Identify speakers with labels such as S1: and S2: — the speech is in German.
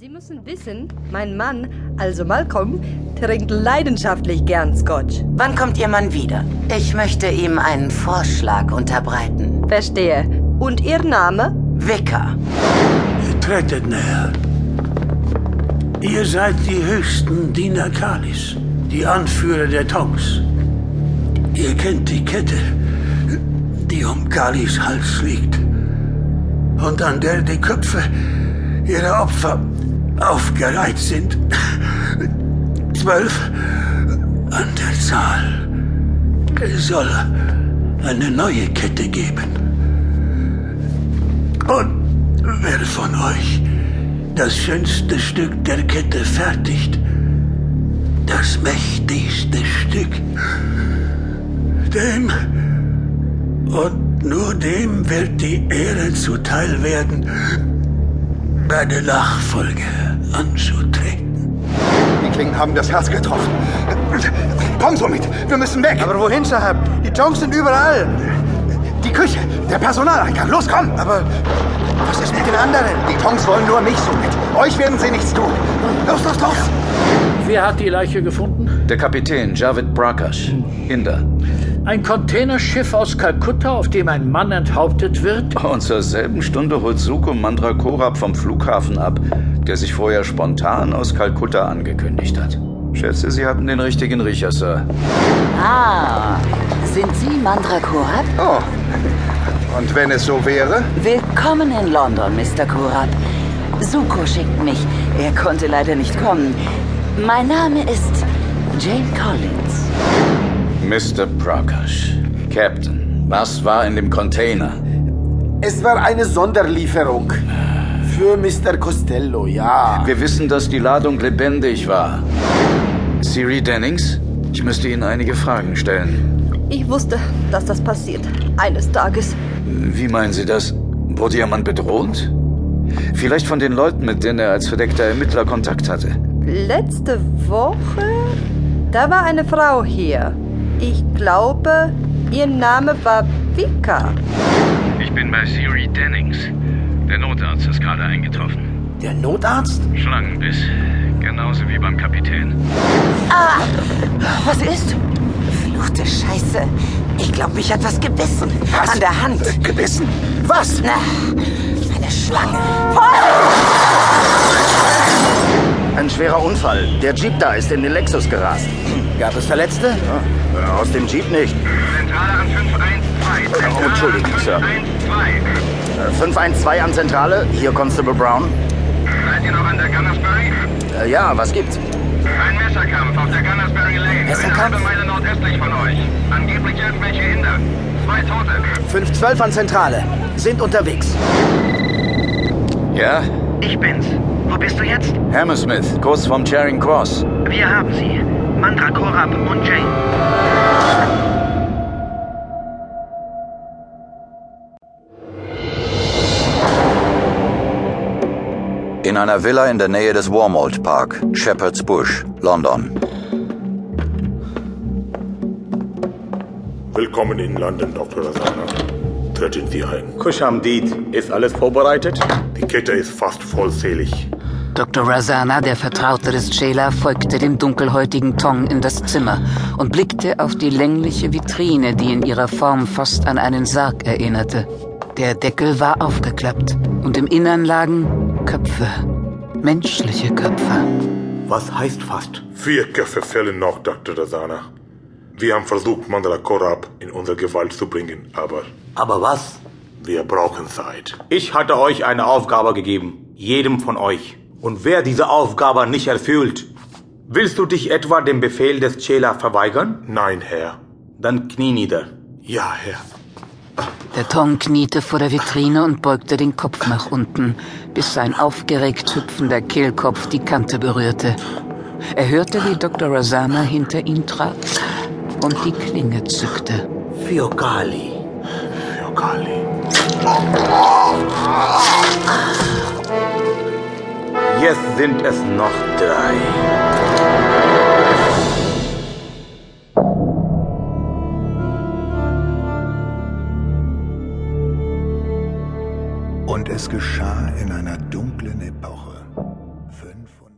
S1: Sie müssen wissen, mein Mann, also Malcolm, trinkt leidenschaftlich gern Scotch.
S2: Wann kommt Ihr Mann wieder? Ich möchte ihm einen Vorschlag unterbreiten.
S1: Verstehe. Und Ihr Name?
S2: Wicker.
S3: Tretet näher. Ihr seid die höchsten Diener Kalis, die Anführer der Tongs. Ihr kennt die Kette, die um Kalis Hals liegt und an der die Köpfe ihrer Opfer aufgereiht sind. Zwölf an der Zahl. Es soll eine neue Kette geben. Und wer von euch das schönste Stück der Kette fertigt, das mächtigste Stück, dem und nur dem wird die Ehre zuteil werden, meine Nachfolge anzutreten.
S4: Die Klingen haben das Herz getroffen. Komm so mit, wir müssen weg.
S5: Aber wohin, Sahab? Die Tongs sind überall.
S4: die Küche, der Personaleingang, los, komm!
S5: Aber was ist mit den anderen?
S4: Die Tongs wollen nur mich so mit. Euch werden sie nichts tun. Los, los, los!
S6: Wer hat die Leiche gefunden?
S7: Der Kapitän Javid Prakash, Inder.
S6: Ein Containerschiff aus Kalkutta, auf dem ein Mann enthauptet wird?
S7: Und zur selben Stunde holt Suko Mandrakorab vom Flughafen ab, der sich vorher spontan aus Kalkutta angekündigt hat. Schätze, Sie hatten den richtigen Riecher, Sir.
S2: Ah, sind Sie Mandra Kurab?
S4: Oh. Und wenn es so wäre?
S2: Willkommen in London, Mr. Kurab. Suko schickt mich. Er konnte leider nicht kommen. Mein Name ist Jane Collins.
S7: Mr. Prakash, Captain, was war in dem Container?
S5: Es war eine Sonderlieferung. Für Mr. Costello, ja.
S7: Wir wissen, dass die Ladung lebendig war. Siri Dennings, ich müsste Ihnen einige Fragen stellen.
S1: Ich wusste, dass das passiert. Eines Tages.
S7: Wie meinen Sie das? Wurde Ihr Mann bedroht? Vielleicht von den Leuten, mit denen er als verdeckter Ermittler Kontakt hatte.
S1: Letzte Woche? Da war eine Frau hier. Ich glaube, ihr Name war Vika.
S8: Ich bin bei Siri Dennings. Der Notarzt ist gerade eingetroffen.
S5: Der Notarzt?
S8: Schlangenbiss. Genauso wie beim Kapitän.
S2: Was ist? Verfluchte Scheiße. Ich glaube, mich hat was gebissen. An der Hand.
S5: Gebissen? Was?
S2: Na, eine Schlange.
S9: Ein schwerer Unfall. Der Jeep da ist in den Lexus gerast.
S5: Gab es Verletzte?
S9: Aus dem Jeep nicht.
S8: Zentrale an 512. Zentrale
S9: Entschuldigung,
S8: an
S9: Sir.
S8: 512.
S9: Äh, 512 an Zentrale. Hier Constable Brown.
S8: Seid ihr noch an der Gunnersbury?
S9: Äh, Ja, was gibt's?
S8: Ein Messerkampf auf der Gunnersbury Lane.
S5: Messerkampf?
S8: Eine halbe Meile nordöstlich von euch. Angeblich irgendwelche Inder. Zwei Tote.
S5: 512 an Zentrale. Sind unterwegs.
S7: Ja?
S10: Ich bin's. Wo bist du jetzt?
S7: Hammersmith, kurz vom Charing Cross.
S10: Wir haben sie. Mandra Korab und Jane.
S7: In einer Villa in der Nähe des Warmold Park, Shepherd's Bush, London.
S11: Willkommen in London, Dr. Rosanna. Treten Sie ein.
S9: Kushamdit, ist alles vorbereitet?
S11: Die Kette ist fast vollzählig.
S2: Dr. Razana, der Vertraute des Jailer, folgte dem dunkelhäutigen Tong in das Zimmer und blickte auf die längliche Vitrine, die in ihrer Form fast an einen Sarg erinnerte. Der Deckel war aufgeklappt und im Innern lagen Köpfe, menschliche Köpfe.
S9: Was heißt fast?
S11: Vier Köpfe fehlen noch, Dr. Rosanna. Wir haben versucht, Mandala Korab in unsere Gewalt zu bringen, aber
S9: Aber was?
S11: wir brauchen Zeit.
S12: Ich hatte euch eine Aufgabe gegeben, jedem von euch. Und wer diese Aufgabe nicht erfüllt, willst du dich etwa dem Befehl des Chela verweigern?
S11: Nein, Herr.
S12: Dann knie nieder.
S11: Ja, Herr.
S2: Der Tom kniete vor der Vitrine und beugte den Kopf nach unten, bis sein aufgeregt hüpfender Kehlkopf die Kante berührte. Er hörte, wie Dr. Razana hinter ihn trat und die Klinge zückte.
S12: Fiokali.
S11: Fiokali.
S12: Jetzt sind es noch drei.
S4: Und es geschah in einer dunklen Epoche.